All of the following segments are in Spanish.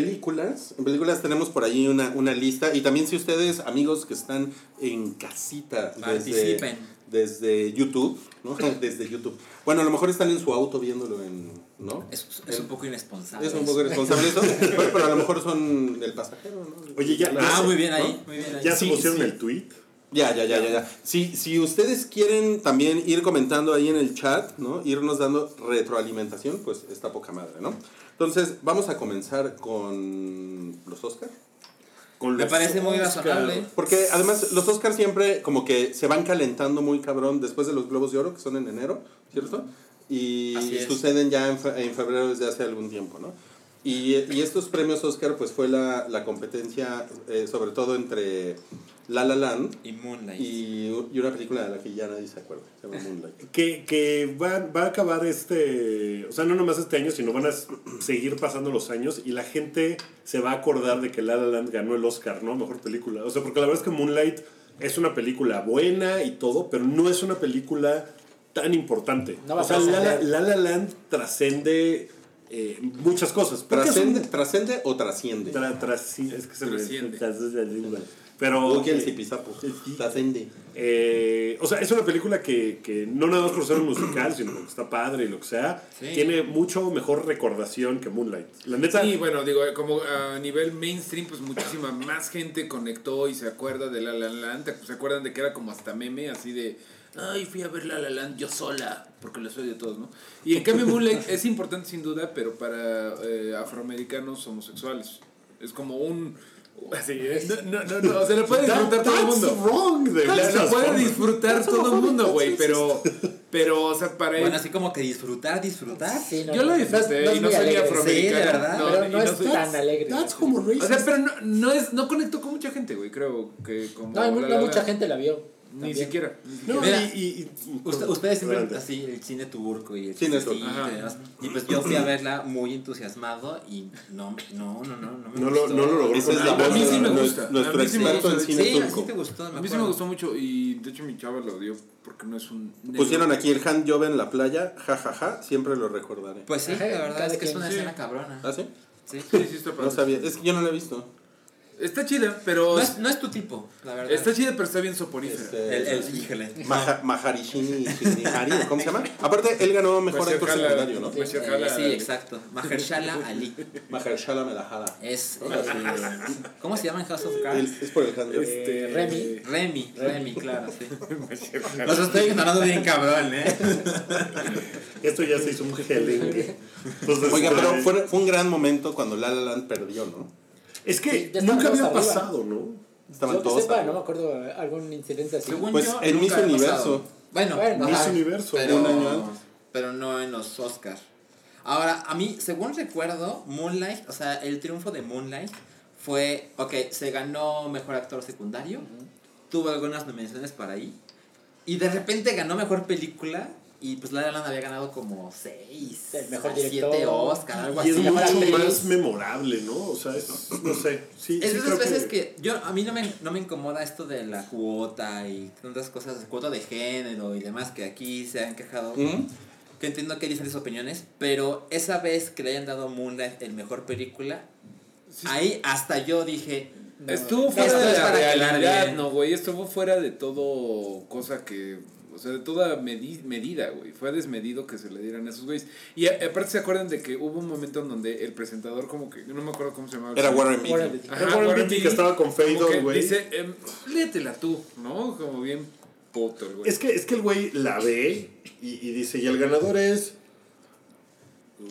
películas, en películas tenemos por allí una, una lista. Y también si ustedes, amigos que están en casita desde, Participen. desde YouTube, ¿no? Desde YouTube. Bueno, a lo mejor están en su auto viéndolo en, ¿no? Es, es un poco irresponsable. Es un poco irresponsable eso, pero, pero a lo mejor son el pasajero, ¿no? Oye, ya, ya Ah, se- muy bien ahí. Muy bien ahí. ya se Sí, pusieron sí. el tweet. Ya, ya, ya, ya, ya. Si, si ustedes quieren también ir comentando ahí en el chat, ¿no? Irnos dando retroalimentación, pues está poca madre, ¿no? Entonces, vamos a comenzar con los Oscars. Con Me los parece muy Oscar. razonable. Porque además los Oscars siempre como que se van calentando muy cabrón después de los Globos de Oro, que son en enero, ¿cierto? Y Así es. suceden ya en, fe- en febrero desde hace algún tiempo, ¿no? Y, y estos premios Oscar pues fue la, la competencia eh, sobre todo entre La La Land Y Moonlight. y, y una película de la que ya nadie se acuerda, se llama Moonlight. Que, que va, va a acabar este, o sea, no nomás este año, sino van a s- seguir pasando los años y la gente se va a acordar de que La La Land ganó el Oscar, ¿no? Mejor película. O sea, porque la verdad es que Moonlight es una película buena y todo, pero no es una película tan importante. No va o a sea, La La, trascender. La La Land trascende eh, muchas cosas. Porque es un- ¿Trascende, ¿Trascende o trasciende? tra- trasci- es que se me- Trasciende. trasciende. Pero... Google el eh, zipizapo. Trascende. eh, o sea, es una película que, que no nada más por ser un musical, sino porque está padre y lo que sea. Sí. Tiene mucho mejor recordación que Moonlight. La neta, Sí, bueno, digo, eh, como a nivel mainstream, pues muchísima más gente conectó y se acuerda de La La Land. Se acuerdan de que era como hasta meme, así de, ay, fui a ver La La Land yo sola, porque lo soy de todos, ¿no? Y en cambio Moonlight es importante sin duda, pero para eh, afroamericanos homosexuales. Es como un... Así es. No, no, no, no, o sea, lo puede disfrutar todo el that's mundo. wrong de La- muchas Lo puede formas. disfrutar todo el mundo, güey, pero... Pero, o sea, para Bueno, él... así como que disfrutar, disfrutar. Ah, Sí, no, Yo lo no, disfruté no es y no muy soy alegre, sí, afroamericano. de verdad. Pero y no es soy- tan alegre. o sea, pero no, no es, no conectó con mucha gente, güey, creo que como... No, no La La mucha Land. gente la vio. Ni también. siquiera. No, Mira, y- y- y- Usted- ustedes siempre Adelante. así, el cine turco y el Cine así, turco. Ajá. y demás. Y pues yo fui a verla muy entusiasmado y no, no, no, no, no me No lo, gustó. no lo logró. Esa es la con nada. voz mí sí de me nues- gusta. Nuestro A mí sí me experto en gusta. cine Sí, a ti turco. te gustó. me A mí sí me acuerdo. gustó mucho y de hecho mi chava lo odió porque no es un... negro. Pusieron aquí el hand job en la playa, jajaja, siempre lo recordaré. Pues sí, la verdad Cada es que es quien. una Sí. escena cabrona. ¿Ah, sí? Sí. Sí, sí, está pues, No padre. sabía, es que yo no la he visto. Está chida, pero... No es, no es tu tipo, la verdad. Está chida, pero está bien soporífera. Este, el, el, híjole. Maha- Maharishini Shirinihari, ¿cómo se llama? Aparte, él ganó mejor Pues, actor ojalá. secundario, ¿no? Sí. Pues, ojalá- Eh, sí, exacto. Mahershala Ali. Mahershala Melahara. Es. O sea, sí. ¿Cómo se llama en House of Él- Ah, Cards? Es por el hand job. Este, Remy. Remy, Remy, claro, sí. Los estoy ignorando bien cabrón, ¿eh? Esto ya se hizo un gelengue. Entonces, Oiga, este, pues, pero fue, fue un gran momento cuando La La Land perdió, ¿no? Es que Ya nunca estamos había arriba. pasado, ¿no? Estaban Yo que todos. sepa, no me acuerdo eh, algún incidente así. Según Pues, yo, en Miss nunca había Universo. pasado. Bueno, Bueno, ajá, Miss Universo, Pero, un año antes. pero no en los Oscars. Ahora, a mí, según recuerdo, Moonlight, o sea, el triunfo de Moonlight fue, ok, se ganó Mejor Actor Secundario, tuvo algunas nominaciones para ahí, y de repente ganó Mejor Película, y pues La La Land había ganado como seis, El mejor a director. siete Oscar, algo así. Y es Ahora mucho feliz. más memorable, ¿no? O sea, es, no sé. Es Sí, sí de esas creo veces que, yo, a mí no me, no me incomoda esto de la cuota y tantas cosas, cuota de género y demás que aquí se han quejado. Pues, ¿Mm? Que entiendo que hay diferentes opiniones, pero esa vez que le hayan dado Moonlight el mejor película, Sí. ahí hasta yo dije, Estuvo Esto fuera de es la para quedar realidad, bien. no, güey. Estuvo fuera de todo cosa que. O sea, de toda medi- medida, güey. Fue desmedido que se le dieran a esos güeyes. Y a- aparte, ¿se acuerdan de que hubo un momento en donde el presentador, como que. No me acuerdo cómo se llamaba. Era Warren Beatty. Warren Beatty. Ajá, Era Warren Warren Beatty que Beatty, estaba con Ah, como Fade que On, güey. Dice, em, léetela tú, ¿no? Como bien puto, el güey. Es que, es que el güey la ve y, y dice, y el ganador es...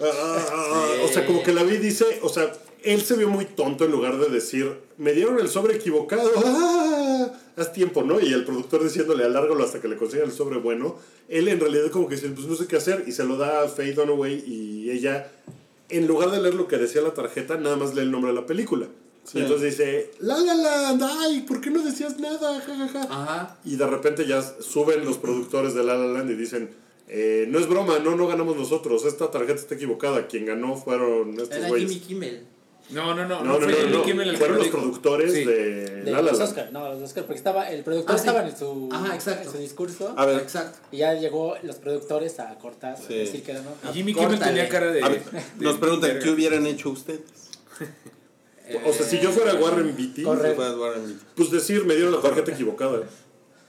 Ah, ah, ah, O sea, como que la ve y dice, o sea, él se vio muy tonto en lugar de decir, me dieron el sobre equivocado, ah, haz tiempo, ¿no? Y el productor diciéndole, alárgalo hasta que le consigan el sobre bueno. Él en realidad como que dice, pues no sé qué hacer, y se lo da a Faye Dunaway y ella, en lugar de leer lo que decía la tarjeta, nada más lee el nombre de la película. Sí. Y entonces dice, la la la, ay, ¿por qué no decías nada? Ja, ja, ja. ajá, Y de repente ya suben los productores de La La Land y dicen, eh, no es broma, no, no ganamos nosotros, esta tarjeta está equivocada, quien ganó fueron estos era Jimmy güeyes. Kimmel. No, no, no. No, no, no, fue no, Jimmy Kimmel el que fueron lo los dijo. productores Sí. de, de La La los Land. Oscar, no, los Oscar, porque estaba, el productor Ah, sí. estaba en su, Ajá, exacto. Ah. en su discurso A ver. Exacto. y ya llegó los productores a cortar, Sí. a decir que no. Y Jimmy Kimmel Córtale. tenía cara de. A ver, de- nos preguntan, verga. ¿qué hubieran hecho ustedes? O sea, si yo fuera Eh, Warren Beatty, Correcto. Fue Warren Beatty. pues decir, me dieron la tarjeta equivocada.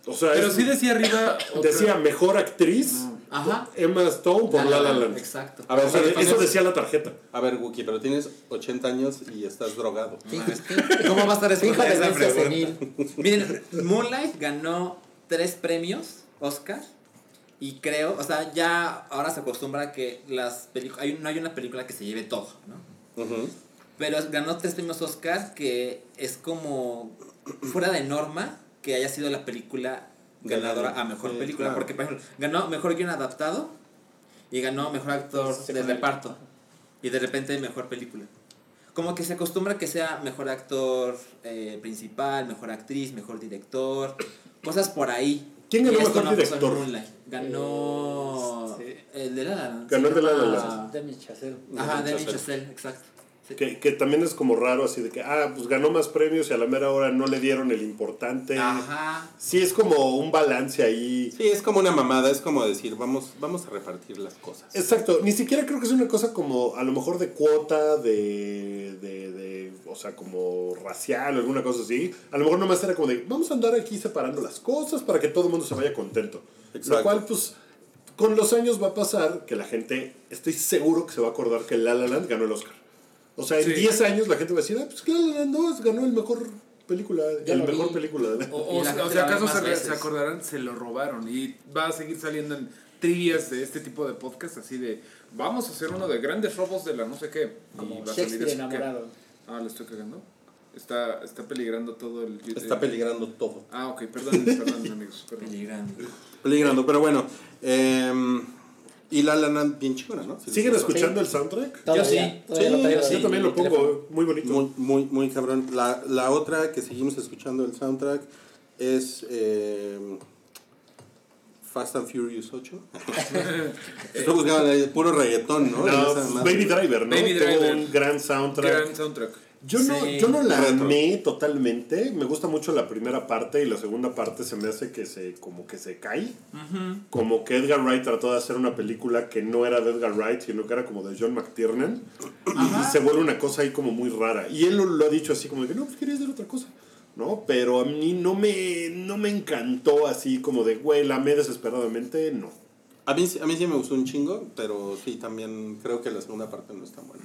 O sea, Pero es- sí decía arriba. otra- decía mejor actriz Ajá. Emma Stone por La La Land. Exacto. A ver, o sea, Pero eso también- decía la tarjeta. A ver, Wookie, pero tienes 80 años y estás drogado. ¿Cómo va a estar Fijo esa demencia pregunta? senil. Miren, Moonlight ganó tres premios Oscar y creo, o sea, ya ahora se acostumbra a que las películas, hay, un- no hay una película que se lleve todo, ¿no? Ujú. Pero ganó tres premios Oscar que es como fuera de norma que haya sido la película ganadora a mejor Sí, película. claro. Porque, por ejemplo, ganó mejor guión adaptado y ganó mejor actor de reparto. Y de repente mejor película. Como que se acostumbra que sea mejor actor eh, principal, mejor actriz, mejor director, cosas por ahí. ¿Quién ganó Y esto mejor no pasó en director? Eh, Moonlight. Ganó el de La La Land. Ganó el de La La Land. Ah, Demi Chazelle. Ajá, David Chazelle. Chazelle, exacto. Sí. Que, que también es como raro, así de que, ah, pues ganó más premios y a la mera hora no le dieron el importante. Ajá. Sí, es como un balance ahí. Sí, es como una mamada, es como decir, vamos, vamos a repartir las cosas. Exacto, ni siquiera creo que es una cosa como, a lo mejor de cuota, de, de, de, o sea, como racial o alguna cosa así. A lo mejor nomás era como de, vamos a andar aquí separando las cosas para que todo el mundo se vaya contento. Exacto. Lo cual, pues, con los años va a pasar que la gente, estoy seguro que se va a acordar que La La Land ganó el Oscar. O sea, en Sí. 10 años la gente va a decir, ah, pues La La Land no, ganó el mejor película, Ya el lo mejor vi. película. del año". O, o Y la sea, o gente sea, la ve ¿acaso más se, re- veces. se acordarán? Se lo robaron. Y va a seguir saliendo en trivias de este tipo de podcast, así de. Vamos a hacer uno de grandes robos de la no sé qué. Y Como va a salir Shakespeare eso que- enamorado. Ah, le estoy cagando. Está, está peligrando todo el. Está peligrando todo. Ah, ok, perdón, perdón, amigos. perdón. Peligrando. Peligrando, pero bueno. em, y la lana bien chingona, ¿no? Sí, ¿Siguen sí. escuchando el soundtrack? Todavía, sí, todavía sí, traigo yo en Yo también lo mi pongo, teléfono. eh, muy bonito. Muy, muy, muy cabrón. La, la otra que seguimos escuchando el soundtrack es em, Fast and Furious 8. Estoy buscando eh, puro reggaetón, ¿no? No, Esa pues, madre. Baby Driver, ¿no? Baby Tengo Driver. un gran soundtrack. Gran soundtrack. Yo, no, Sí. yo no la Retro. amé totalmente. Me gusta mucho la primera parte y la segunda parte se me hace que se como que se cae. Como que Edgar Wright trató de hacer una película que no era de Edgar Wright, sino que era como de John McTiernan. Y se vuelve una cosa ahí como muy rara. Y él lo, lo ha dicho así como de que no, pues quería hacer otra cosa. ¿No? Pero a mí no me, no me encantó así como de, güey, la amé desesperadamente. No. A mí, sí- a mí sí me gustó un chingo, pero sí, también creo que la segunda parte no es tan buena.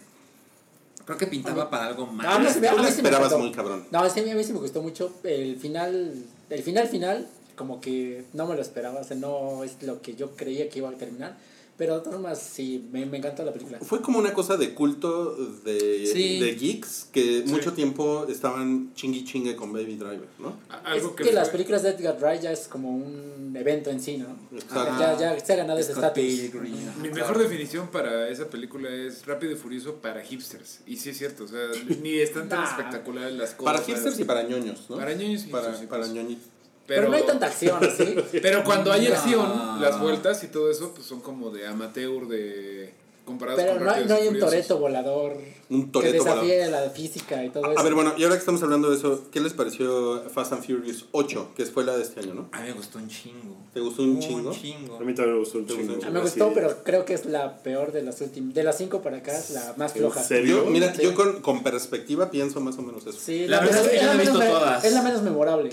Creo que pintaba para algo más. Ah, A mí se me- a Tú mí la se me esperabas encantó. muy cabrón. No, sí, a mí- a mí sí me gustó mucho. El final, el final final, como que no me lo esperaba. O sea, no es lo que yo creía que iba a terminar. Pero de todas formas, sí, me, me encantó la película. Fue como una cosa de culto de, Sí. de geeks que Sí. mucho tiempo estaban chingui chingue con Baby Driver, ¿no? A- Es Algo que, fue- las películas de Edgar Wright ya es como un evento en sí, ¿no? Exacto. Ya, ya se ha ganado ese Scott estatus. Pilgrim. Mi mejor definición para esa película es Rápido y Furioso para hipsters. Y sí es cierto, o sea, ni están tan Nah. espectaculares las cosas. Para hipsters y para ñoños, ¿no? Para ñoños y para, hipsters, para sí, ñoñitos. Pero, no hay tanta acción, ¿sí? Pero cuando hay No. acción, las vueltas y todo eso, pues son como de amateur, de. comparados Pero con no, hay- Rápidos no y hay un Furiosos. toreto volador Un que toreto desafíe la física y todo eso. A ver, bueno, y ahora que estamos hablando de eso, ¿qué les pareció Fast and Furious 8, que fue la de este año, no? A mí me gustó un chingo. ¿Te gustó un chingo? chingo. A mí también me gustó un Te gustó chingo. un Ah, me Así- gustó, pero creo que es la peor de las últimas. De las cinco para acá es la más ¿En floja. serio? Yo, mira, Sí. yo con, con perspectiva pienso más o menos eso. Sí, La verdad es que yo no he menos visto me- todas. es la menos memorable.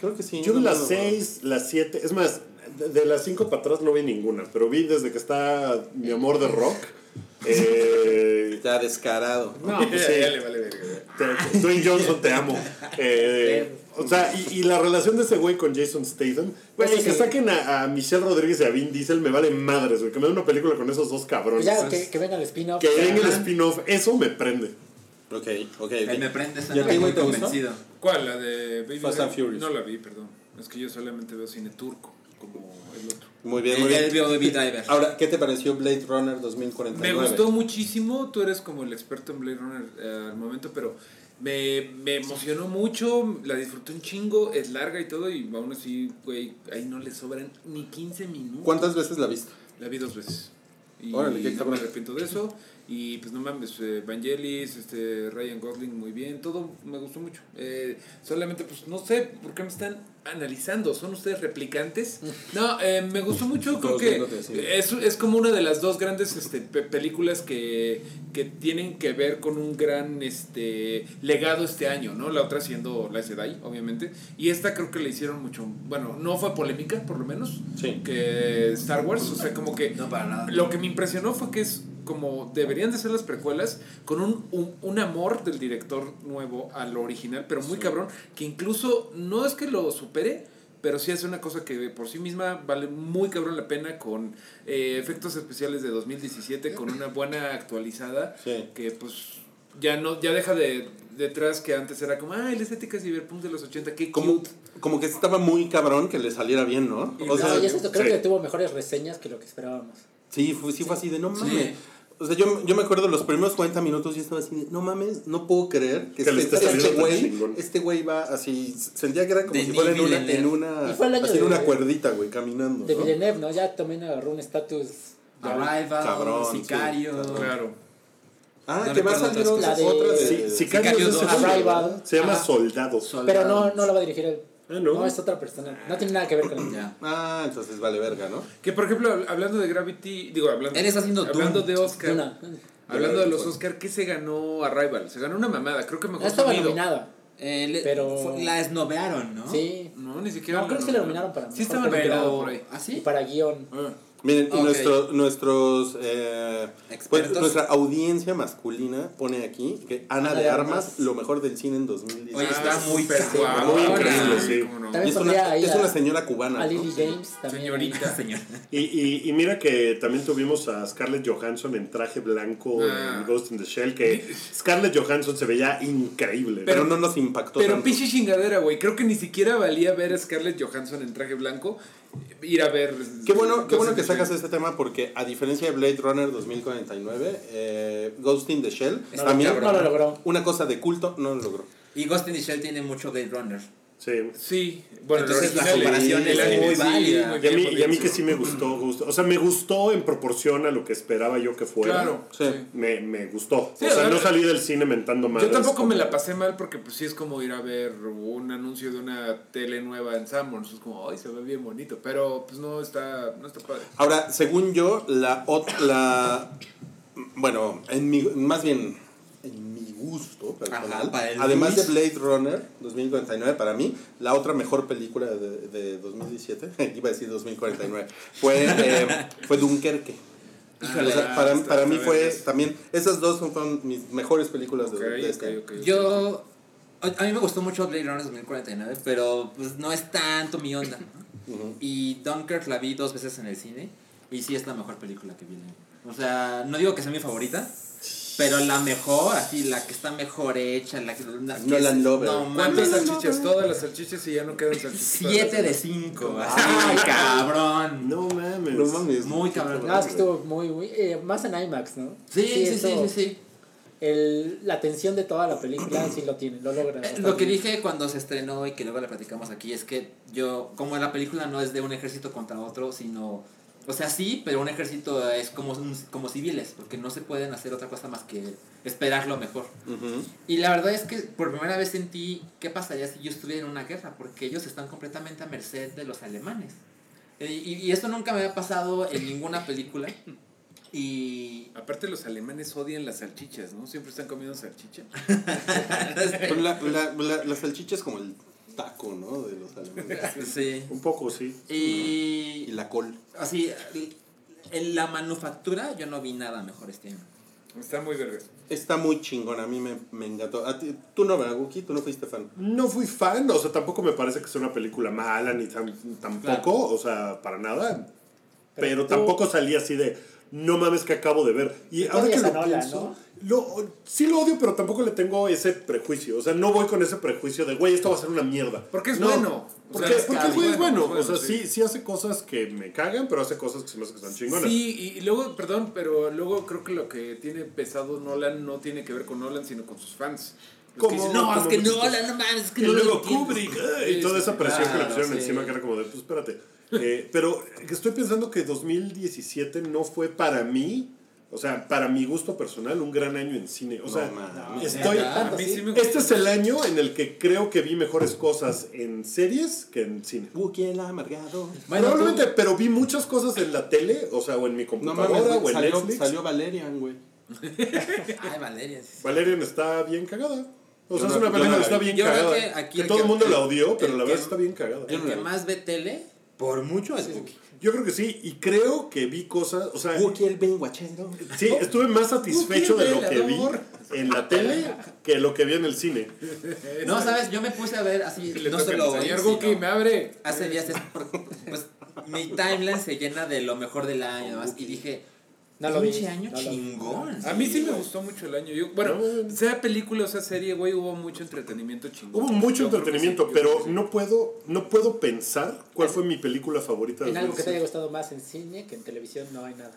Creo que sí. Yo no, las no, no. 6, las 7, es más, de, de las 5 para atrás no vi ninguna, pero vi desde que está Mi Amor de Rock. eh, Ya descarado. no, pues sí, Ya le vale verga. te- Dwayne Johnson, te amo. Eh, o sea, y, y la relación de ese güey con Jason Statham, güey, Eso que sí. saquen a, a Michelle Rodríguez y a Vin Diesel me vale madres, güey, que me den una película con esos dos Pues cabrones. ya, que, que venga el spin-off. que den el Ajá. spin-off, eso me prende. Ok, ok, ok. El me prende esa ¿Y a ti, estoy muy güey, te gustó? convencido. ¿Cuál? ¿La de Baby Fast Driver? and Furious. No la vi, perdón. Es que yo solamente veo cine turco, como el otro. Muy bien, muy El bien. vio Baby Driver. Ahora, ¿qué te pareció Blade Runner Me 2049? gustó muchísimo, tú eres como el experto en Blade Runner eh, al momento, pero me, me emocionó mucho, la disfruté un chingo, es larga y todo, y aún así, güey, ahí no le sobran ni 15 minutos. ¿Cuántas veces la viste? La vi dos veces. Y Órale, qué no cabrón. me arrepiento de eso. Y pues no mames, eh, Vangelis, este, Ryan Gosling, muy bien, todo me gustó mucho. Eh, solamente, pues no sé por qué me están analizando, ¿son ustedes replicantes? No, eh, me gustó mucho, creo Todos viéndote, sí. que es, es como una de las dos grandes este, pe- películas que, que tienen que ver con un gran este, legado este año, ¿no? La otra siendo La Sedai, obviamente. Y esta creo que le hicieron mucho, bueno, no fue polémica, por lo menos, Sí. que Star Wars, o sea, como que No, para nada. lo que me impresionó fue que es como deberían de ser las precuelas, con un, un, un amor del director nuevo al original, pero muy cabrón, que incluso no es que lo supere, pero sí hace una cosa que por sí misma vale muy cabrón la pena con eh, efectos especiales de 2017, con una buena actualizada, Sí. que pues ya no ya deja de detrás que antes era como, ay, la estética cyberpunk de los 80, qué Como, cute". como que estaba muy cabrón que le saliera bien, ¿no? O Y- sea, No, y es esto, creo sí. que tuvo mejores reseñas que lo que esperábamos. sí, fue, sí fue así de no mames. Sí. O sea, yo, yo me acuerdo los primeros 40 minutos y estaba así de, no mames, no puedo creer que, Que le este, esté saliendo este tan güey, chingón. este güey va así, sentía que era como De si fuera en Denis una, en una, Y fue el año así en de- una cuerdita, güey, caminando. De ¿no? Villeneuve, ¿no? Ya también agarró un estatus. de- Arrival, Cabrón, sí, Sicario. Claro. Ah, No que va a recuerdo salir otras otra cosas. otra de... Sí, Sicario Sicario es de dos. segundo, Arrival. ¿verdad? Se llama Ajá. Soldados. Pero no, no la va a dirigir él. Ah, ¿no? no. es otra persona. No tiene nada que ver con él. Ya. Ah, entonces vale verga, ¿no? Que por ejemplo, hab- hablando de Gravity, digo, hablando, Él está haciendo Dune. hablando de Oscar. Duna. Hablando de los Oscar, ¿qué se ganó Arrival? Se ganó una mamada, creo que mejor Estaba sonido. nominada. Eh, le- Pero- fue- la esnovearon, ¿no? Sí. No, ni siquiera. No, creo que se la nominaron para Sí, mejor estaba película, nominado Pero, por ahí. Y ¿así? para guión. Ah, Miren, y Ok. nuestro- nuestros. eh, pues, Expertos. nuestra audiencia masculina pone aquí que Ana de, de Armas, Armas, lo mejor del cine en 2010. Oye, está muy Ah, súper sí, guapa, muy sí, increíble, sí. cómo no. Y También es pondría una, ahí es a- una señora cubana. A ¿no? Lily James también. Señorita, señor. Y, y, y mira que también tuvimos a Scarlett Johansson en traje blanco Ah. en Ghost in the Shell, que Scarlett Johansson se veía increíble. Pero no nos impactó Pero tanto. pinche chingadera, güey. Creo que ni siquiera valía ver a Scarlett Johansson en traje blanco. Ir a ver. Qué bueno, qué bueno que sacas eso. este tema porque a diferencia de Blade Runner 2049, eh, Ghost in the Shell No, también no lo logró. una cosa de culto no lo logró. Y Ghost in the Shell tiene mucho Blade Runner. sí. Sí, bueno, Entonces, el la original, comparación el es anime, muy sí, válida. muy Y a, bien mí, y a mí hecho. que sí me gustó, gustó. O sea, me gustó en proporción a lo que esperaba yo que fuera. Claro. Sí. sí. Me, me gustó. Sí, o sea, a ver, no salí del cine mentando mal. Yo tampoco me la pasé mal porque pues sí es como ir a ver un anuncio de una tele nueva en Sanborns. Es como, ay, se ve bien bonito. Pero pues no está, no está padre. Ahora, según yo, la, ot- la bueno, en mi, más bien en mi gusto personal, Ajá, para el además Luis. de Blade Runner 2049, para mí, la otra mejor película de, de 2017, iba a decir 2049, fue, eh, fue Dunkerque. Híjole. O sea, para, Ah, está- para mí está fue vergas. también, esas dos son, fueron mis mejores películas de, Ok, de ok, este año. ok. Yo. A a mí me gustó mucho Blade Runner 2049, pero pues no es tanto mi onda. ¿no? Y Dunkirk la vi dos veces en el cine y sí es la mejor película que vi. en el- O sea, no digo que sea mi favorita, pero la mejor, así, la que está mejor hecha, la que... la que Nolan es- Lover. No mames, ¿Cuántas salchichas? Todas las salchichas y ya no quedan salchichas. para la 7 de semana. 5. Ay, cabrón. No mames. No mames. Muy cabrón. Nada más que Ah, estuvo muy, muy- eh, más en IMAX, ¿no? Sí, sí, sí, eso- sí, sí. el- la tensión de toda la película sí lo tiene, lo logra. Eh, bastante Lo que bien. dije cuando se estrenó y que luego la platicamos aquí es que yo, como la película no es de un ejército contra otro, sino, o sea, sí, pero un ejército es como, un- como civiles, porque no se pueden hacer otra cosa más que esperar lo mejor. Ujú. Y la verdad es que por primera vez sentí qué pasaría si yo estuviera en una guerra, porque ellos están completamente a merced de los alemanes. Eh, Y, y esto nunca me había pasado en ninguna película. Y... Aparte los alemanes odian las salchichas, ¿no? Siempre están comiendo salchicha. Pero la, la, la- la salchicha es como el taco, ¿no? De los alemanes. Sí. Un poco, sí. Y Y... la col. Así, en la manufactura yo no vi nada mejor este año. Está muy vergas. Está muy chingón, a mí me, me encantó. A ti- tú no, ¿verdad, Guki? Tú no fuiste fan. No fui fan, o sea, tampoco me parece que sea una película mala, ni tam- tampoco, o sea, para nada. Pero tú- tampoco salí así de, no mames que acabo de ver. Y ahora que odias a lo Nolan, pienso, lo- sí lo odio, pero tampoco le tengo ese prejuicio. O sea, no voy con ese prejuicio de, güey, esto va a ser una mierda. Porque es No, bueno. O Porque, sea, es porque caro. el güey es bueno. o Bueno, sea, sí. sí. sí hace cosas que me cagan, pero hace cosas que se me hace que están chingonas. Sí, y, y luego, perdón, pero luego creo que lo que tiene pesado Nolan no tiene que ver con Nolan, sino con sus fans. Los Como- que dicen, como no, es que muchos- no, no mames, es Y luego entiendo". Kubrick, ¡ay! y toda esa presión que le pusieron Claro, sí. encima, que era como de, pues espérate. Eh, pero estoy pensando que 2017 no fue para mí O sea, para mi gusto personal, un gran año en cine. O sea, mames. estoy. A mí sí me gustó. Este es el año en el que creo que vi mejores cosas en series que en cine. Buki el amargado. Bueno, Probablemente, pero vi muchas cosas en la tele, o sea, o en mi No computadora, mames, o güey, en salió, Netflix. salió Valerian, güey. Ay, Valeria. sí. Valerian está bien cagada. O sea, Yo no- es una yo película no que la está vi. bien Yo creo cagada. que aquí que el todo que- el mundo la odió, el pero la que- verdad está bien cagada. El que más ve tele, por mucho, es Buki. Yo creo que sí, y creo que vi cosas, o sea, Buki el benguachero. sí, estuve más satisfecho de lo que vi Velador. en la tele que lo que vi en el cine. No, sabes, yo me puse a ver así, Le no toca solo a hoy, Hay algo que sino- me abre. hace días es por- pues mi timeline se llena de lo mejor del año además, y dije No lo vi, pinche año no lo vi. chingón A mí sí me gustó mucho el año. Yo, bueno, sea película o sea serie, güey, hubo mucho entretenimiento chingón. Hubo mucho Yo creo que entretenimiento, sí, yo creo pero que sí. no puedo no puedo pensar cuál fue mi película favorita de En algo que te haya 2016. gustado más en cine que en televisión no hay nada.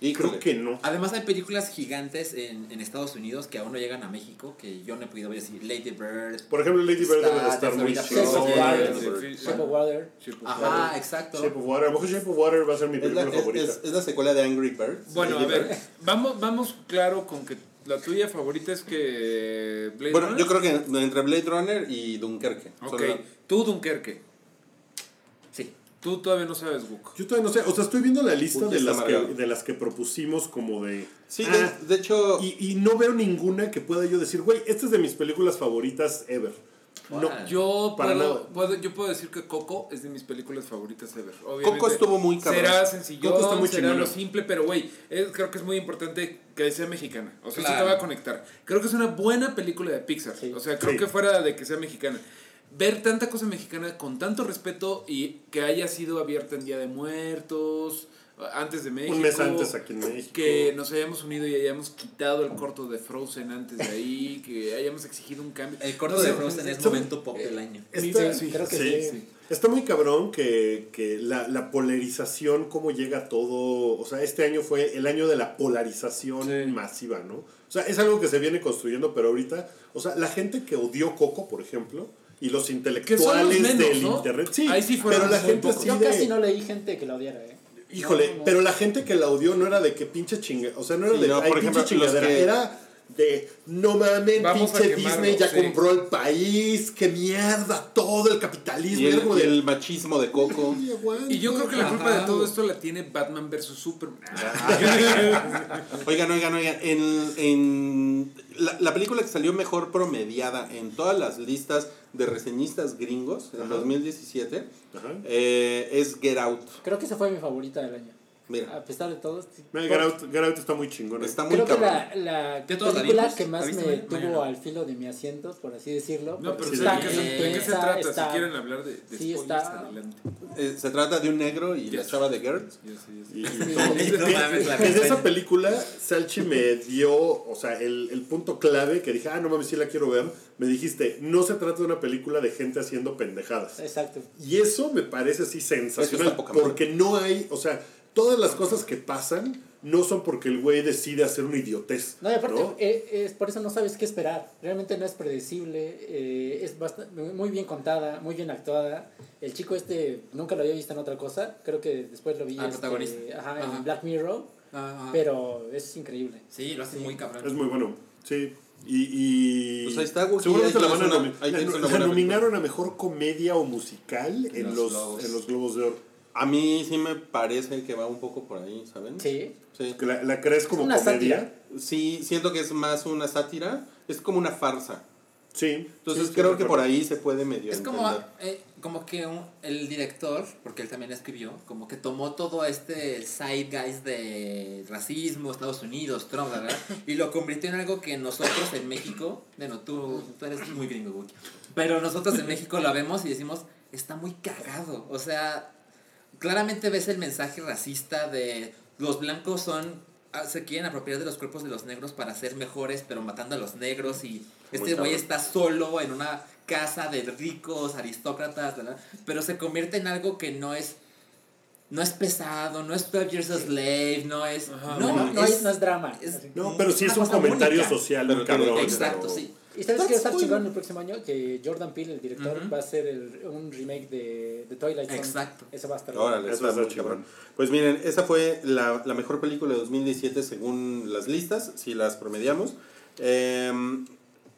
Y Creo que no. además hay películas gigantes en, en Estados Unidos que aún no llegan a México que yo no he podido ver así Lady Bird Por ejemplo, Lady Bird Está debe de estar muy desolida. Shape of Sí, Water. sí, sí, sí. Shape of Water. Sí, pues, ajá claro. exacto Shape of Water. A lo mejor Shape of Water va a ser mi Es la, película es- favorita. es- es la secuela de Angry Birds. Bueno, a Lady ver, Bird. vamos, vamos claro con que la tuya favorita es que Blade Bueno, Runner. yo creo que entre Blade Runner y Dunkerque. son Ok, la- tú Dunkerque. sí Tú todavía no sabes, Guk. Yo todavía no sé, o sea, estoy viendo la lista Uy, de está las, que, amargado. de las que propusimos como de... Sí, ah, de, de hecho, y, y no veo ninguna que pueda yo decir, güey, esta es de mis películas favoritas ever. No, Órale. Yo Para puedo, nada. puedo- yo puedo decir que Coco es de mis películas favoritas ever. Obviamente, Coco estuvo muy cabrón. Será sencillo, Coco está muy será chingona. lo simple, pero güey, eh, creo que es muy importante que sea mexicana. O sea, sí Claro. te va a conectar. Creo que es una buena película de Pixar. O sea, creo Sí. que fuera de que sea mexicana. Ver tanta cosa mexicana con tanto respeto y que haya sido abierta en Día de Muertos, antes de México. un mes antes aquí en México. Que nos hayamos unido y hayamos quitado el corto de Frozen antes de ahí, que hayamos exigido un cambio. el corto No sé, de Frozen es son- momento pop del año Está, Sí, creo que sí. sí. Está muy cabrón que, que la, la polarización, cómo llega todo. O sea, este año fue el año de la polarización masiva, ¿no? O sea, es algo que se viene construyendo, pero ahorita. O sea, la gente que odió Coco, por ejemplo, y los intelectuales menos, del ¿no? internet. Sí, Ahí sí fueron pero la muy gente pocos. sí Yo de- casi no leí gente que la odiara, ¿eh? Híjole, No, no. pero la gente que la odió no era de que pinche chinga, o sea, no era Sí, de no, "Ay, por pinche ejemplo, los chingadera, que- era de no mames, Vamos a pinche quemarlo, Disney ya sí. compró el país, qué mierda, todo el capitalismo, y era el, como y de, el machismo de Coco. "Ay, aguanta". Y yo creo que la culpa de Ajá. todo esto la tiene Batman vs Superman. Ah. Oigan, oigan, oigan. En, en la, la película que salió mejor promediada en todas las listas de reseñistas gringos en 2017 Ajá. eh, es Get Out. Creo que esa fue mi favorita del año. Mira, A pesar de todo. sí. Mira, Get Out- Get Out está muy chingón. está muy Creo que cabrón. la, la ¿Ya todos la película vimos? que ¿La más me viste, Mario? tuvo Mario, no. al filo de mi asiento, por así decirlo. No, pero porque sí, está ¿de qué se, de qué se densa, trata? está- Si quieren hablar de, de sí, spoilers, está- adelante. Eh, se trata de un negro y la Yes. chava de Gertz. Ya sé, ya sé. Y- y Sí. todo. No mames, la Desde reseña. esa película, Salchi me dio, o sea, el, el punto clave que dije, ah, no mames, sí la quiero ver. Me dijiste, no se trata de una película de gente haciendo pendejadas. Exacto. Y eso me parece así Eso sensacional. está poca madre. Porque no hay, o sea, todas las cosas que pasan no son porque el güey decide hacer una idiotez. No, y aparte, ¿no? eh, es por eso no sabes qué esperar. Realmente no es predecible. eh, es bast- muy bien contada, muy bien actuada. El chico este nunca lo había visto en otra cosa. Creo que después lo vi Ah, este, protagonista. ajá, en Ajá. Black Mirror. ah, Ajá. Pero es increíble. sí lo hace muy Es cabrón muy bueno. Sí. Y, y- Pues ahí está, güey. Seguramente Ahí la tienes van a una- nomi- ahí la- tienes una la buena nominaron a mejor comedia o musical en, los los, Globos. en los Globos de Oro. A mí sí me parece que va un poco por ahí, ¿saben? Sí. Sí. Que La, la crees como una comedia. sátira. Sí, siento que es más una sátira, es como una farsa. Sí. Entonces Sí, sí, creo que recuerdo. por ahí se puede medio Es como, entender. eh, como que un- el director, porque él también escribió, como que tomó todo este side guys de racismo, Estados Unidos, Trump, ¿verdad? Y lo convirtió en algo que nosotros en México, bueno, tú, tú eres muy gringo, güey, pero nosotros en México lo vemos y decimos, está muy cagado. O sea, claramente ves el mensaje racista de los blancos son, ah, se quieren apropiar de los cuerpos de los negros para ser mejores, pero matando a los negros y este güey cabrón. está solo en una casa de ricos, aristócratas, ¿verdad? Pero se convierte en algo que no es... No es pesado, no es 12 Years a Slave, no es... Ajá. No, no, no es, no es drama. Ah, es- No, pero sí una es un cosa Ah, pues comentario única. social, Pero muy tiene- cabrón. Exacto, pero- sí. ¿Y sabes Está qué va a estar muy chingón bueno. el próximo año? Que Jordan Peele, el director, Ujú. va a hacer el- un remake de, de Twilight Zone. Exacto. Eso va a estar bueno. Órale, Eso está está muy chingón. cabrón. Pues miren, esa fue la, la mejor película de 2017 según las listas, si las promediamos. Eh,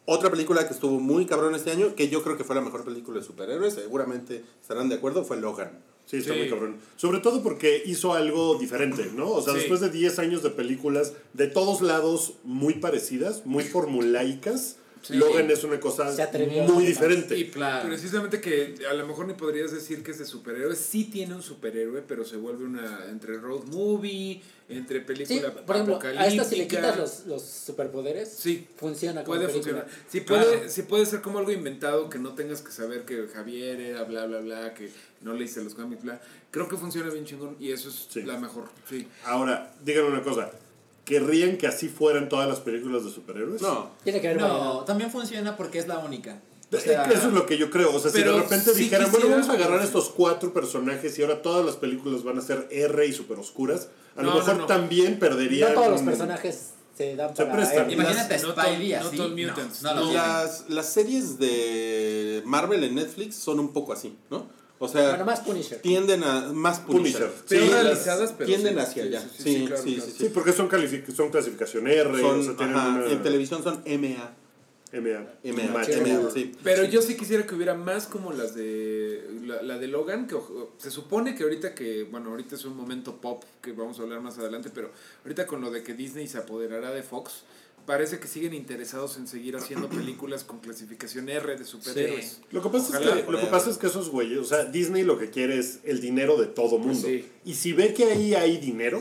otra película que estuvo muy cabrón este año, que yo creo que fue la mejor película de superhéroes, seguramente estarán de acuerdo, fue Logan. Sí, está Sí. muy cabrón. Sobre todo porque hizo algo diferente, ¿no? O sea, Sí. después de 10 años de películas de todos lados muy parecidas, muy formulaicas, Sí. Logan es una cosa Se atrevió muy a- diferente. Y Claro. Ah, precisamente que a lo mejor ni podrías decir que es de superhéroe. Sí tiene un superhéroe, pero se vuelve una entre road movie, entre Sí, película por ejemplo, a esta si le apocalíptica. quitas los, los superpoderes, Sí. funciona como Puede película. funcionar. Sí puede, Claro. sí puede ser como algo inventado que no tengas que saber que Javier era bla, bla, bla, que no le hice los cómics, bla. Creo que funciona bien chingón y eso es Sí. la mejor. Sí. Ahora, díganme una cosa. ¿Querrían que así fueran todas las películas de superhéroes? No, Tiene que haber variedad. No, también funciona porque es la única. Eh, Eso es lo que yo creo. O sea, si de pero repente sí dijeran, bueno, quisiera- vamos a agarrar estos cuatro personajes y ahora todas las películas van a ser R y super oscuras, a lo No, mejor no, no. también perderían. No todos los personajes se dan Se para... prestan. él. Imagínate a No to- Spidey no así. to mutants. no, no, No. lo tiene. las, las series de Marvel en Netflix son un poco así, ¿no? O sea, Bueno, más Punisher. tienden a más Punisher. Punisher. Pero Sí, realizadas, pero tienden sí, hacia sí, allá. sí, Sí, sí, sí, claro, sí, claro. sí, sí. Sí, porque son, calific- son clasificación R, Son, o sea, tienen ajá, una- En televisión son MA. MA. MA, Mature. MA, sí. Pero yo sí quisiera que hubiera más como las de la, la de Logan, que o- se supone que ahorita que, bueno, ahorita es un momento pop que vamos a hablar más adelante, pero ahorita con lo de que Disney se apoderará de Fox, parece que siguen interesados en seguir haciendo películas con clasificación R de superhéroes. Sí. Lo que, pasa es Ojalá. que, lo que pasa es que esos güeyes, o sea, Disney lo que quiere es el dinero de todo mundo. Pues sí. Y si ve que ahí hay dinero,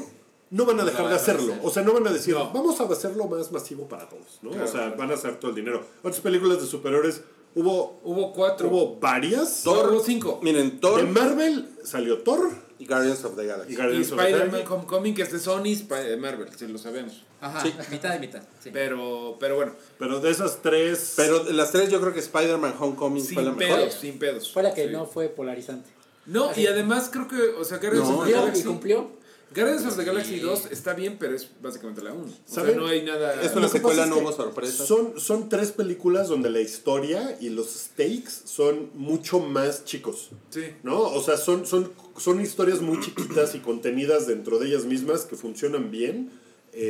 no van a No dejar lo de van a hacerlo. hacer. O sea, no van a decir, No. vamos a hacerlo más masivo para todos, ¿no? Claro. O sea, van a hacer todo el dinero. Otras películas de superhéroes, hubo, Hubo cuatro. hubo varias. Thor. Hubo cinco. Miren, Thor De Marvel salió Thor y Guardians of the y Galaxy. Y Guardians of the Spider-Man Galaxy. Homecoming, que es de Sony, Sp- Marvel, si lo sabemos. Ajá, Sí. mitad y mitad. sí. Pero, pero bueno, Pero de esas tres... Pero de las tres yo creo que Spider-Man Homecoming fue la sin mejor. pedos, sin pedos. Fue la que Sí. no fue polarizante. No, y además creo que, o sea, Guardians No, of the Cumplió y Galaxy. cumplió. Guardians of the Galaxy Sí. 2 está bien, pero es básicamente la 1. O sea, ¿Saben? no hay nada. Es una Lo que secuela, pasa no es que hubo sorpresas. Son, son tres películas donde la historia y los stakes son mucho más chicos. Sí. ¿No? O sea, son, son, son historias muy chiquitas y contenidas dentro de ellas mismas que funcionan bien.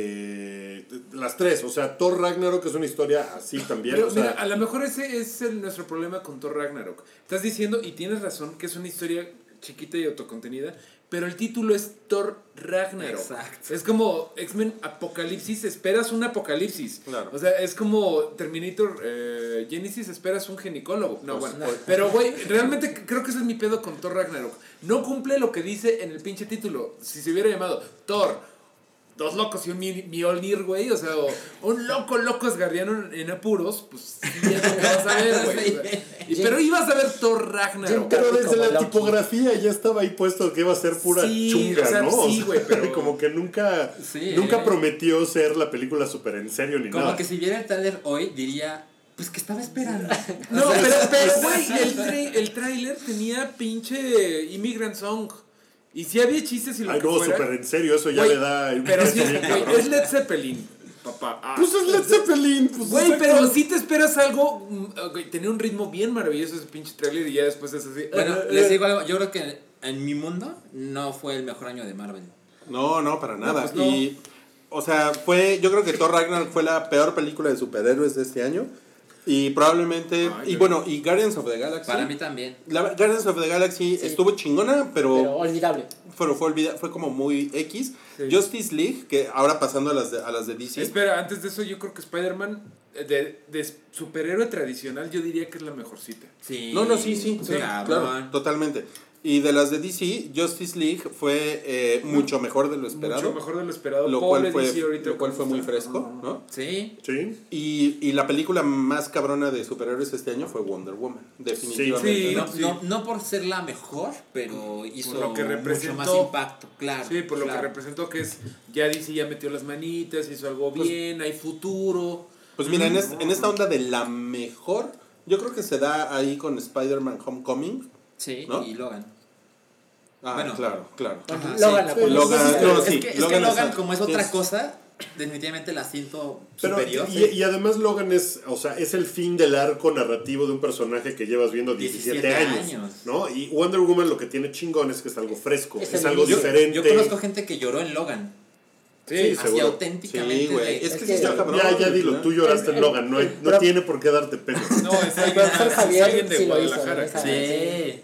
Eh, las tres, o sea, Thor Ragnarok es una historia así también. Pero o sea, mira, a lo mejor ese es el- nuestro problema con Thor Ragnarok. Estás diciendo, y tienes razón, que es una historia chiquita y autocontenida, pero el título es Thor Ragnarok. Exacto. Es como X-Men Apocalipsis, esperas un apocalipsis. Claro. O sea, es como Terminator eh, Genesis, esperas un ginecólogo. No, bueno. Pero, güey, realmente creo que ese es mi pedo con Thor Ragnarok. No cumple lo que dice en el pinche título. Si se hubiera llamado Thor dos locos y un mi- Mjolnir, güey. O sea, o un loco, loco asgardiano en- en apuros, pues sí, es lo que vas a ver, güey. o sea. Y- pero ibas a ver Thor Ragnarok. pero Casi desde como la Loki. tipografía ya estaba ahí puesto que iba a ser pura Sí, chunga, o sea, ¿no? sí, güey, pero- como que nunca, Sí. nunca prometió ser la película súper en serio ni Como nada. que si viera el trailer hoy, diría, pues que estaba esperando. No, pero, pero, güey, el, tra- el tráiler tenía pinche Immigrant Song. Y si había chistes y lo que Algo fuera. súper en serio, eso ya Güey, le da. Pero sí, güey, es Led Zeppelin, papá. Ah. Pues es Led Zeppelin. Pues Güey, exacto. pero si te esperas algo. mm, ok, tenía un ritmo bien maravilloso ese pinche tráiler y ya después es así. Bueno, eh, les digo algo, yo creo que en mi mundo no fue el mejor año de Marvel. No, no, para nada. pues no. Y, o sea, fue, yo creo que Thor Ragnarok fue la peor película de superhéroes de este año. Y probablemente, Ay, y yo- bueno, y Guardians of the Galaxy. Para mí también. La- Guardians of the Galaxy Sí. estuvo chingona, Pero pero, olvidable. pero fue, olvida- fue como muy X. Sí. Justice League, que ahora pasando a las de, a las de DC. Espera, antes de eso yo creo que Spider-Man eh, de, de superhéroe tradicional yo diría que es la mejorcita. Sí. No, no, sí, sí, sí, cabrón. claro, totalmente. Y de las de DC, Justice League fue eh, mucho mejor de lo esperado. Mucho mejor de lo esperado. Lo cual, Pobre fue, DC ahorita lo cual cómo fue muy está. fresco, ¿no? Sí. Sí. Y, y la película más cabrona de superhéroes este año fue Wonder Woman, definitivamente. Sí, ¿no? No, sí. no- no por ser la mejor, pero hizo lo que mucho representó. más impacto, claro. Sí, por lo que claro. representó que es, ya DC ya metió las manitas, hizo algo Pues- bien, hay futuro. Pues mira, en, es- en esta onda de la mejor, yo creo que se da ahí con Spider-Man Homecoming. Sí, ¿no? y Logan. Ah, Bueno. claro, claro. Ajá, Logan sí. la Sí, pone- Logan, Sí, no, sí, sí. es que, es que Logan Logan, está- como es otra es- cosa, definitivamente la siento Pero, superior. y, y además Logan es, o sea, es el fin del arco narrativo de un personaje que llevas viendo 17, 17 años, años. ¿no? Y Wonder Woman lo que tiene chingón es que es algo fresco, es, Es el algo inicio. yo, diferente. yo conozco gente que lloró en Logan. Sí, así seguro. auténticamente. Sí, güey. de- Es que es que- sí está cabrón. ya, ya dilo, tú lloraste en Logan, no, hay- no Pero- tiene por qué darte pena. No, es El alguien, profesor es Javier alguien de sí lo hizo, Guadalajara. esa- Sí.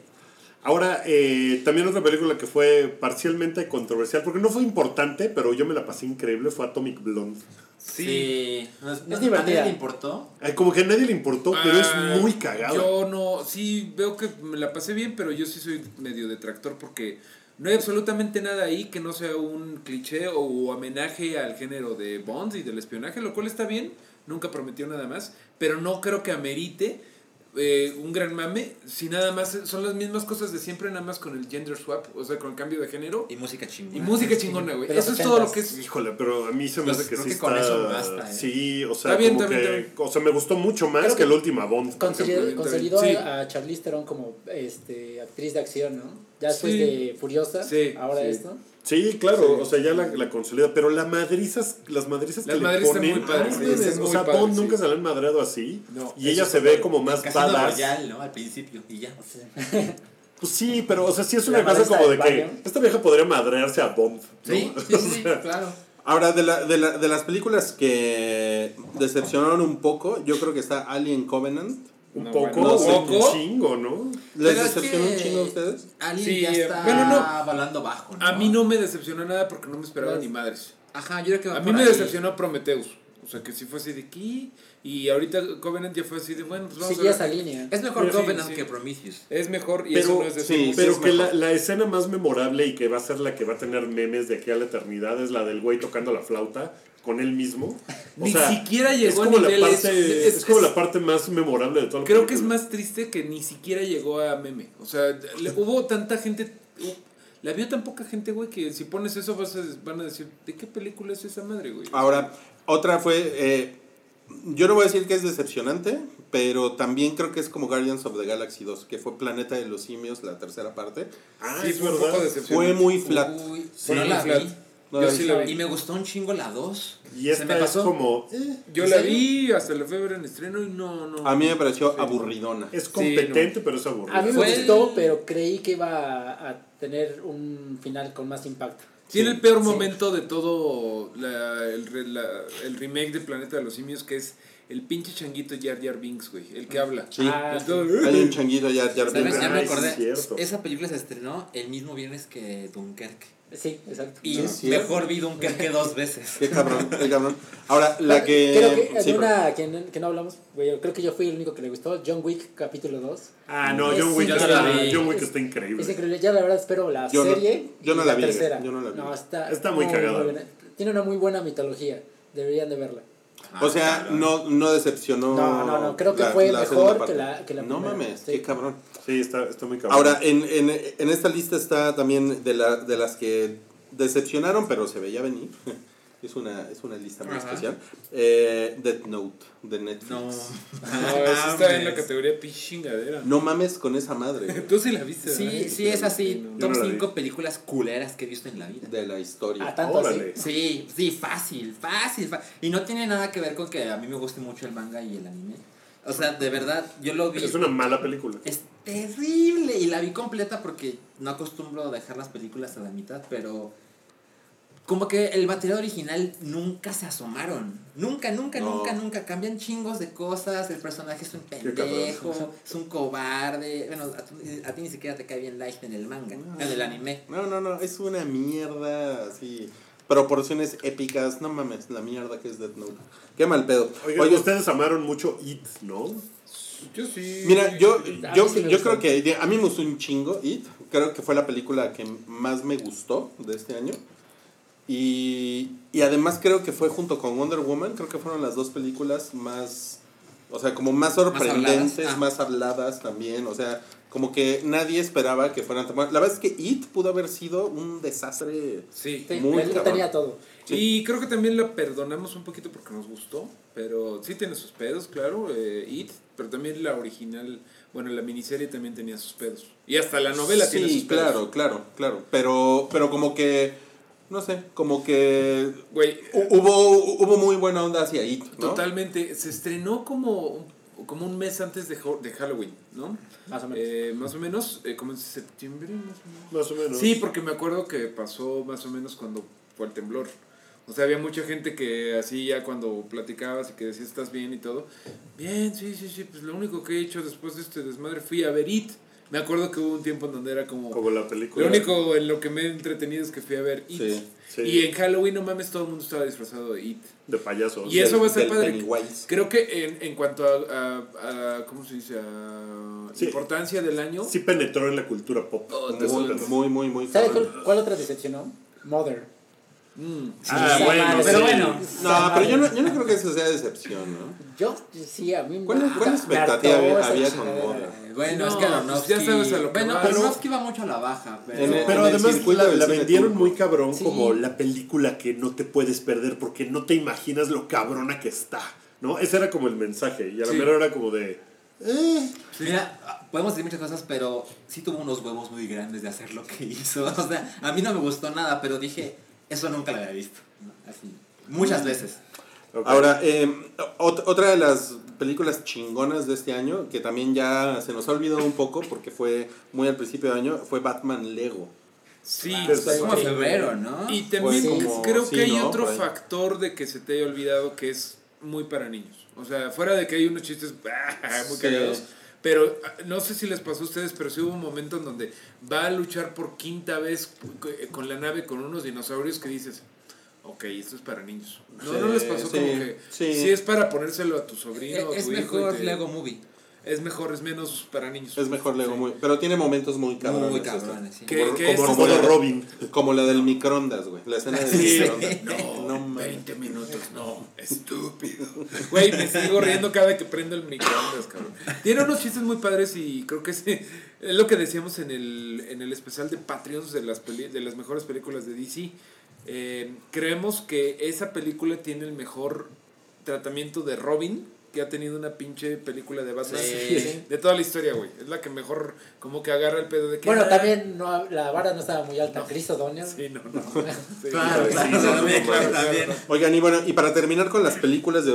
Ahora, eh, también otra película que fue parcialmente controversial, porque no fue importante, pero yo me la pasé increíble, fue Atomic Blonde. Sí. Sí. No, no- divertida. ¿A nadie le importó? Ay, como que a nadie le importó, pero Ah, es muy cagado. Yo no, sí veo que me la pasé bien, pero yo sí soy medio detractor porque no hay absolutamente nada ahí que no sea un cliché o homenaje al género de Bond y del espionaje, lo cual está bien, nunca prometió nada más, pero no creo que amerite eh, un gran mame si nada más son las mismas cosas de siempre, nada más con el gender swap, o sea, con el cambio de género Y música chingona. y música chingona, güey. De los Eso es todo lo ochentas. que es. Híjole, pero a mí se me Pues, hace que creo sí que está. con eso basta, ¿eh? Sí, o sea, Está bien, como está bien, que- está o sea, me gustó mucho más Creo que que la última Bond. por ejemplo. Consolidó, ejemplo, consolidó sí. a Charlize Theron como este, actriz de acción, ¿no? Ya después Sí. de Furiosa, Sí, ahora sí. esto. Sí, claro, Sí. o sea, ya la, la consolida, pero las madrizas, las madrizas Las que madrizas le están ponen, muy padres, no sí, están mames, o muy sea, padres, Bond sí. nunca se la han madrado así, No, y ella eso se fue ve como más Casino badass. Royale, ¿no? Al principio. Y ya. Pues sí, pero o sea, sí es una La cosa madrastra como de del que baño. esta vieja podría madrearse a Bond. ¿no? Sí, sí, sí, sí, claro. Ahora, de, la- de la- de las películas que decepcionaron un poco, yo creo que está Alien Covenant. Un No, poco, bueno, o un poco. chingo, ¿no? ¿Les Pero es decepcionó que un chingo a ustedes? Alguien Sí, eh, ya está bueno, no. balando bajo. A mí no me decepcionó nada porque no me esperaba Pues- ni madres. Ajá, yo creo que va A por mí me ahí. decepcionó Prometheus. O sea, que sí fue así de aquí. Y ahorita Covenant ya fue así de, bueno, pues vamos Seguía a esa ver. línea. Es mejor Sí, Covenant sí. que Prometheus. Es mejor y Pero- eso no es decir. sí, Pero es que la, mejor. la escena más memorable y que va a ser la que va a tener memes de aquí a la eternidad es la del güey tocando la flauta con él mismo. O Ni sea, siquiera es llegó a como, la niveles. parte, es- es como es- la parte más memorable de todo el Creo que es más triste que ni siquiera llegó a meme. O sea, le- hubo tanta gente. La vio tan poca gente, güey, que si pones eso vas a- van a decir, ¿de qué película es esa madre, güey? Ahora, otra fue. eh, yo no voy a decir que es decepcionante, pero también creo que es como Guardians of the Galaxy 2, que fue Planeta de los Simios, la tercera parte. Ah, sí, es fue un verdad. poco Fue decepcionante. muy flat. Uy, Sí, no la flat. vi. No Yo la sí vi. la vi. Y me gustó un chingo la 2. Y esta Se me pasó. es como. eh, Yo ¿En la serio? vi hasta la febrero en estreno y no, no. A mí me pareció Sí. aburridona. es no. competente, pero es aburrido. A mí me Fue- gustó, pero creí que iba a, a tener un final con más impacto. Tiene el peor momento de todo la- el, re- la- el remake de Planeta de los Simios, que es el pinche changuito Jar Jar Binks, güey, el que habla. Sí. Ah, El todo- Hay un changuito ya, ya ¿Sabes? Ya me Ay, sí, acordé. es cierto. Esa película se estrenó el mismo viernes que Dunkerque. Sí, exacto. Y Sí, es cierto. mejor vi Dunkerque dos veces. Qué cabrón, qué cabrón. Ahora, la que. Creo que sí, en una que, no- que no hablamos, güey, yo creo que yo fui el único que le gustó, John Wick capítulo 2. Ah, no, Es- John Wick, yo no está, la vi. John Wick Es- está increíble. Es increíble, ya la verdad espero la Yo no- serie. yo no y la vi, tercera. yo no la vi. está, Está muy cagada. buena. Tiene una muy buena mitología, deberían de verla. Ah, O Ah, sea, no, no decepcionó. No, no, no, creo que la- fue la mejor segunda que parte. la- que la No primera, mames, sí. qué cabrón. Sí, está, está muy cabrón. Ahora, en, en, en esta lista está también de, la, de las que decepcionaron, pero se veía venir. Es una, es una lista muy Ajá. especial. Eh, Death Note de Netflix. No. No. No, esa está en la categoría pichingadera. mames con esa madre Tú sí la viste, Sí, ¿verdad? sí, es así. Yo Top no la vi. 5 películas culeras que he visto en la vida. de la A historia. Ah, tanto Órale. así. Sí, sí, fácil, fácil, fa- Y no tiene nada que ver con que a mí me guste mucho el manga y el anime. O sea, de verdad, yo lo vi. Es una mala película. eh, Es terrible. Y la vi completa porque no acostumbro dejar las películas a la mitad, pero. Como que el material original nunca se asomaron. Nunca, nunca, No. nunca, nunca. Cambian chingos de cosas. El personaje es un Qué cabrón. pendejo, es un cobarde. Bueno, a, tu- a ti ni siquiera te cae bien Light en el manga, Ah. en el Ah, anime. No, no, no, es una mierda así. Proporciones épicas, no mames, la mierda que es Death Note. Qué mal pedo. Oigan, Oye, ustedes amaron mucho It, ¿no? Yo sí. Mira, yo, A yo, mí sí me yo gustó. creo que de- a mí me gustó un chingo It. Creo que fue la película que más me gustó de este año. Y, y además creo que fue junto con Wonder Woman, creo que fueron las dos películas más, o sea, como más sorprendentes, habladas, ah. más habladas también. O sea, como que nadie esperaba que fueran tan buenas. La verdad es que It pudo haber sido un desastre. Sí. Sí, Muy él cabrón. tenía todo. Y creo que también la perdonamos un poquito porque nos gustó. Pero sí tiene sus pedos, claro. eh, It. Pero también la original. Bueno, la miniserie también tenía sus pedos. Y hasta la novela sí, tiene sus pedos. claro, claro, claro. Pero, pero como que no sé, como que Güey, hu- hubo, hubo muy buena onda hacia ahí. ¿no? totalmente. Se estrenó como, como un mes antes de, Ho- de Halloween, ¿no? Más o menos. Eh, más o menos, eh, como en septiembre, más o menos. Más o menos. Sí, porque me acuerdo que pasó más o menos cuando fue el temblor. O sea, había mucha gente que así ya cuando platicabas y que decías, ¿estás bien? y todo. Bien, sí, sí, sí. Pues lo único que he hecho después de este desmadre fui a ver It. Me acuerdo que hubo un tiempo en donde era como... Como la película. Lo único en lo que me he entretenido es que fui a ver It. Sí, sí. Y en Halloween, no mames, todo el mundo estaba disfrazado de It. De payaso. Y eso va a ser Del padre. Pennywise. Creo que en, en cuanto a, a- a- ¿Cómo se dice? A Sí. Importancia del año. Sí penetró en la cultura pop. Oh, te Muy, sueltas. muy, muy, muy ¿Sabes cabrón. cuál, cuál otra decepcionó? Mother. Mm. Ah, Esa bueno, madre. sí. Pero bueno. No, pero yo no, yo no creo que eso sea decepción, ¿no? Yo sí, a mí ¿Cuál- me- cuál me expectativa hartó había- esa había chingadera. con Mother? Eh, Bueno, No, es que Aronofsky... pues ya sabes a lo que bueno, vas. Aronofsky va mucho a la baja, pero... En el- Pero en el además circuito la, del la cine vendieron turco. muy cabrón Sí. como la película que no te puedes perder porque no te imaginas lo cabrona que está. ¿No? Ese era como el mensaje. Y a la Sí. mera era como de. eh, Mira, ah, podemos decir muchas cosas, pero sí tuvo unos huevos muy grandes de hacer lo que hizo. O sea, a mí no me gustó nada, pero dije, eso nunca lo había visto. ¿no? Así, Mm. muchas veces. ok. Ahora, eh, ot- otra de las películas chingonas de este año, que también ya se nos ha olvidado un poco porque fue muy al principio de año, fue Batman Lego. Sí, Pues, Fue como sí. febrero, ¿no? Y también Pues, c- como- creo sí, que hay ¿no? otro Por ahí. factor de que se te haya olvidado que es muy para niños. O sea, fuera de que hay unos chistes bah, muy Sí. cagados. Pero ah, no sé si les pasó a ustedes, pero sí hubo un momento en donde va a luchar por quinta vez c- con la nave con unos dinosaurios que dices, ok, esto es para niños. No, Sí, no les pasó sí, como que sí. si es para ponérselo a tu sobrino Eh, o a tu es hijo. y mejor te- Lego Movie. Es mejor, es menos para niños. Es mejor Lego, Sí. muy, pero tiene momentos muy cabrones. Muy esta. cabrones, sí. ¿Qué? como que como es- como como- de Robin. Como la del microondas, güey. La escena del Sí. microondas. No, No mames. 20 minutos, no, estúpido. Güey, me sigo riendo cada que prendo el microondas, cabrón. Tiene unos chistes muy padres y creo que es, es lo que decíamos en el, en el especial de Patreons de las, peli- de las mejores películas de DC. Eh, creemos que esa película tiene el mejor tratamiento de Robin que ha tenido una pinche película de Batman Sí. de toda la historia, güey. Es la que mejor como que agarra el pedo de que... Bueno, ah, también no, la vara no estaba muy alta. Chris O'Donnell. Sí, no, no. Sí. Claro, claro, Sí, sí, lo sí, vi, sí, claro, sí, también. Oigan, y bueno, y para terminar con las películas de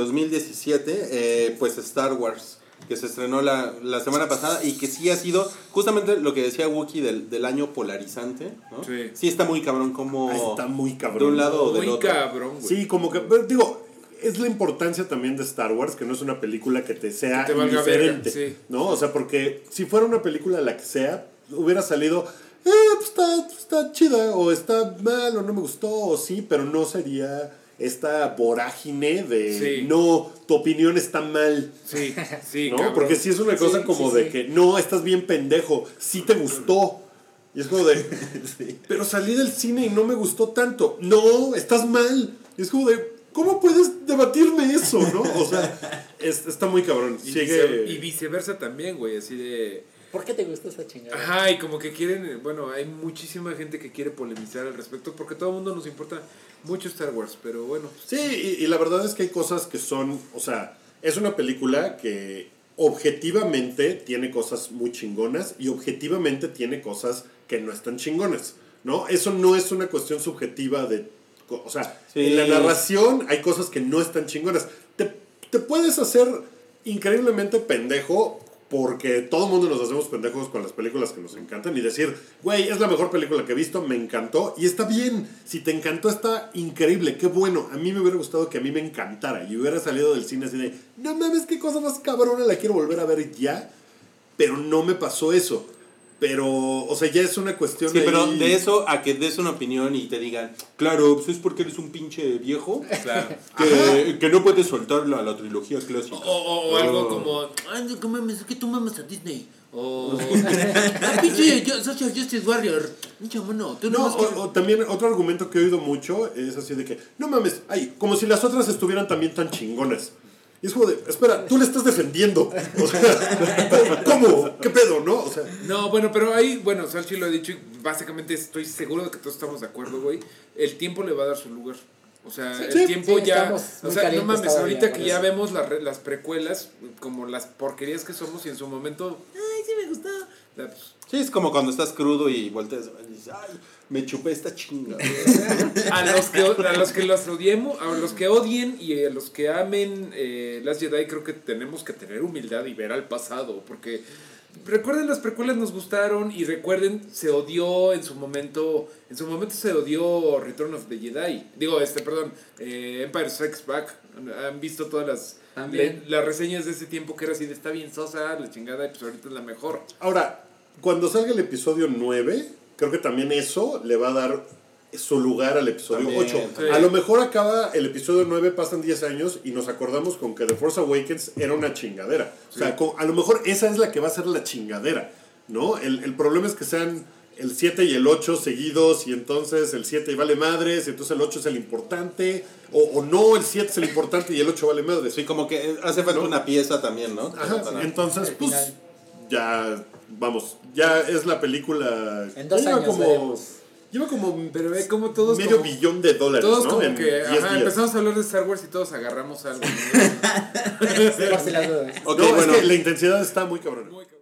2017, eh, pues Star Wars, que se estrenó la, la semana pasada y que sí ha sido justamente lo que decía Wookiee del, del año polarizante, ¿no? Sí. está muy cabrón como... Ah, está muy cabrón. De un lado o del Muy otro. cabrón, güey. Sí, como que, pero digo, es la importancia también de Star Wars, que no es una película que te sea Que te valga indiferente, verga, sí. ¿no? O sea, porque si fuera una película la que sea, hubiera salido, eh, pues está, está chida, o está mal, o no me gustó, o sí, pero no sería esta vorágine de, Sí. no, tu opinión está mal, Sí, sí, ¿no? cabrón. Porque sí es una cosa Sí, como sí, de sí. que, no, estás bien pendejo, sí te gustó. Y es como de, pero salí del cine y no me gustó tanto. No, estás mal. Y es como de, ¿cómo puedes debatirme eso, no? O sea, es- está muy cabrón. Y, Sigue- vice- y viceversa también, güey, así de... ¿Por qué te gustó esa chingada? Ah, Ajá, y como que quieren, bueno, hay muchísima gente que quiere polemizar al respecto, porque todo el mundo nos importa mucho Star Wars, pero bueno. Sí, y, y la verdad es que hay cosas que son, o sea, es una película que objetivamente tiene cosas muy chingonas y objetivamente tiene cosas que no están chingonas, ¿no? Eso no es una cuestión subjetiva de, co- o sea, Sí. en la narración hay cosas que no están chingonas. Te, te puedes hacer increíblemente pendejo porque todo el mundo nos hacemos pendejos con las películas que nos encantan y decir, güey, es la mejor película que he visto, me encantó y está bien. Si te encantó, está increíble, qué bueno. A mí me hubiera gustado que a mí me encantara y hubiera salido del cine así de, no mames, qué cosa más cabrona, la quiero volver a ver ya, pero no me pasó eso. Pero, o sea, ya es una cuestión Sí, pero ahí- de eso a que des una opinión y te digan, claro, pues es porque eres un pinche viejo Claro. que, que no puedes soltarla a la trilogía clásica. O, Oh, o- o algo como, ay, no, que mames, es que tú mamas a Disney. O, ah, pinche yo- Social Justice Warrior. Pinche mono, tú No, no, o, o también otro argumento que he oído mucho es así de que, no mames, ay, como si las otras estuvieran también tan chingonas. Y es como de, espera, tú le estás defendiendo. O sea, ¿cómo? ¿Qué pedo, no? O sea, No, bueno, pero ahí, bueno, Salchi lo ha dicho y básicamente estoy seguro de que todos estamos de acuerdo, güey. El tiempo le va a dar su lugar. O sea, Sí, el sí. tiempo Sí, ya. estamos O muy sea, no calientes mames, todavía ahorita con que ya eso. vemos las, re- las precuelas, como las porquerías que somos y en su momento. Ay, sí me gustó. sea, pues, Sí, es como cuando estás crudo y volteas y dices, ay, me chupé esta chinga. a los que a los que las odiemos, a los que odien y a los que amen eh, las Jedi creo que tenemos que tener humildad y ver al pasado porque recuerden las precuelas nos gustaron y recuerden se odió en su momento en su momento se odió Return of the Jedi digo este perdón eh, Empire Strikes Back han visto todas las También. le- las reseñas de ese tiempo que era así de está bien sosa la chingada y pues ahorita es la mejor Ahora, cuando salga el episodio 9, creo que también eso le va a dar su lugar al episodio También, 8. sí. A lo mejor acaba el episodio 9, pasan 10 años y nos acordamos con que The Force Awakens era una chingadera. O sea, co- a lo mejor esa es la que va a ser la chingadera, ¿no? El, el problema es que sean el 7 y el 8 seguidos y entonces el 7 vale madres y entonces el 8 es el importante o, o no, el 7 es el importante y el 8 vale madres. Sí, como que hace falta una pieza también, ¿no? Ajá, Para- entonces, Al pues, final. ya, vamos, ya es la película... En dos ya lleva años veremos. Lleva como pero ve como todos medio como- billón de dólares, Todos ¿no? como en que 10 ajá, días. empezamos a hablar de Star Wars y todos agarramos algo. ¿no? Por si las dudas. Ok, no, bueno. es que la intensidad está muy cabrón. Muy cabrón.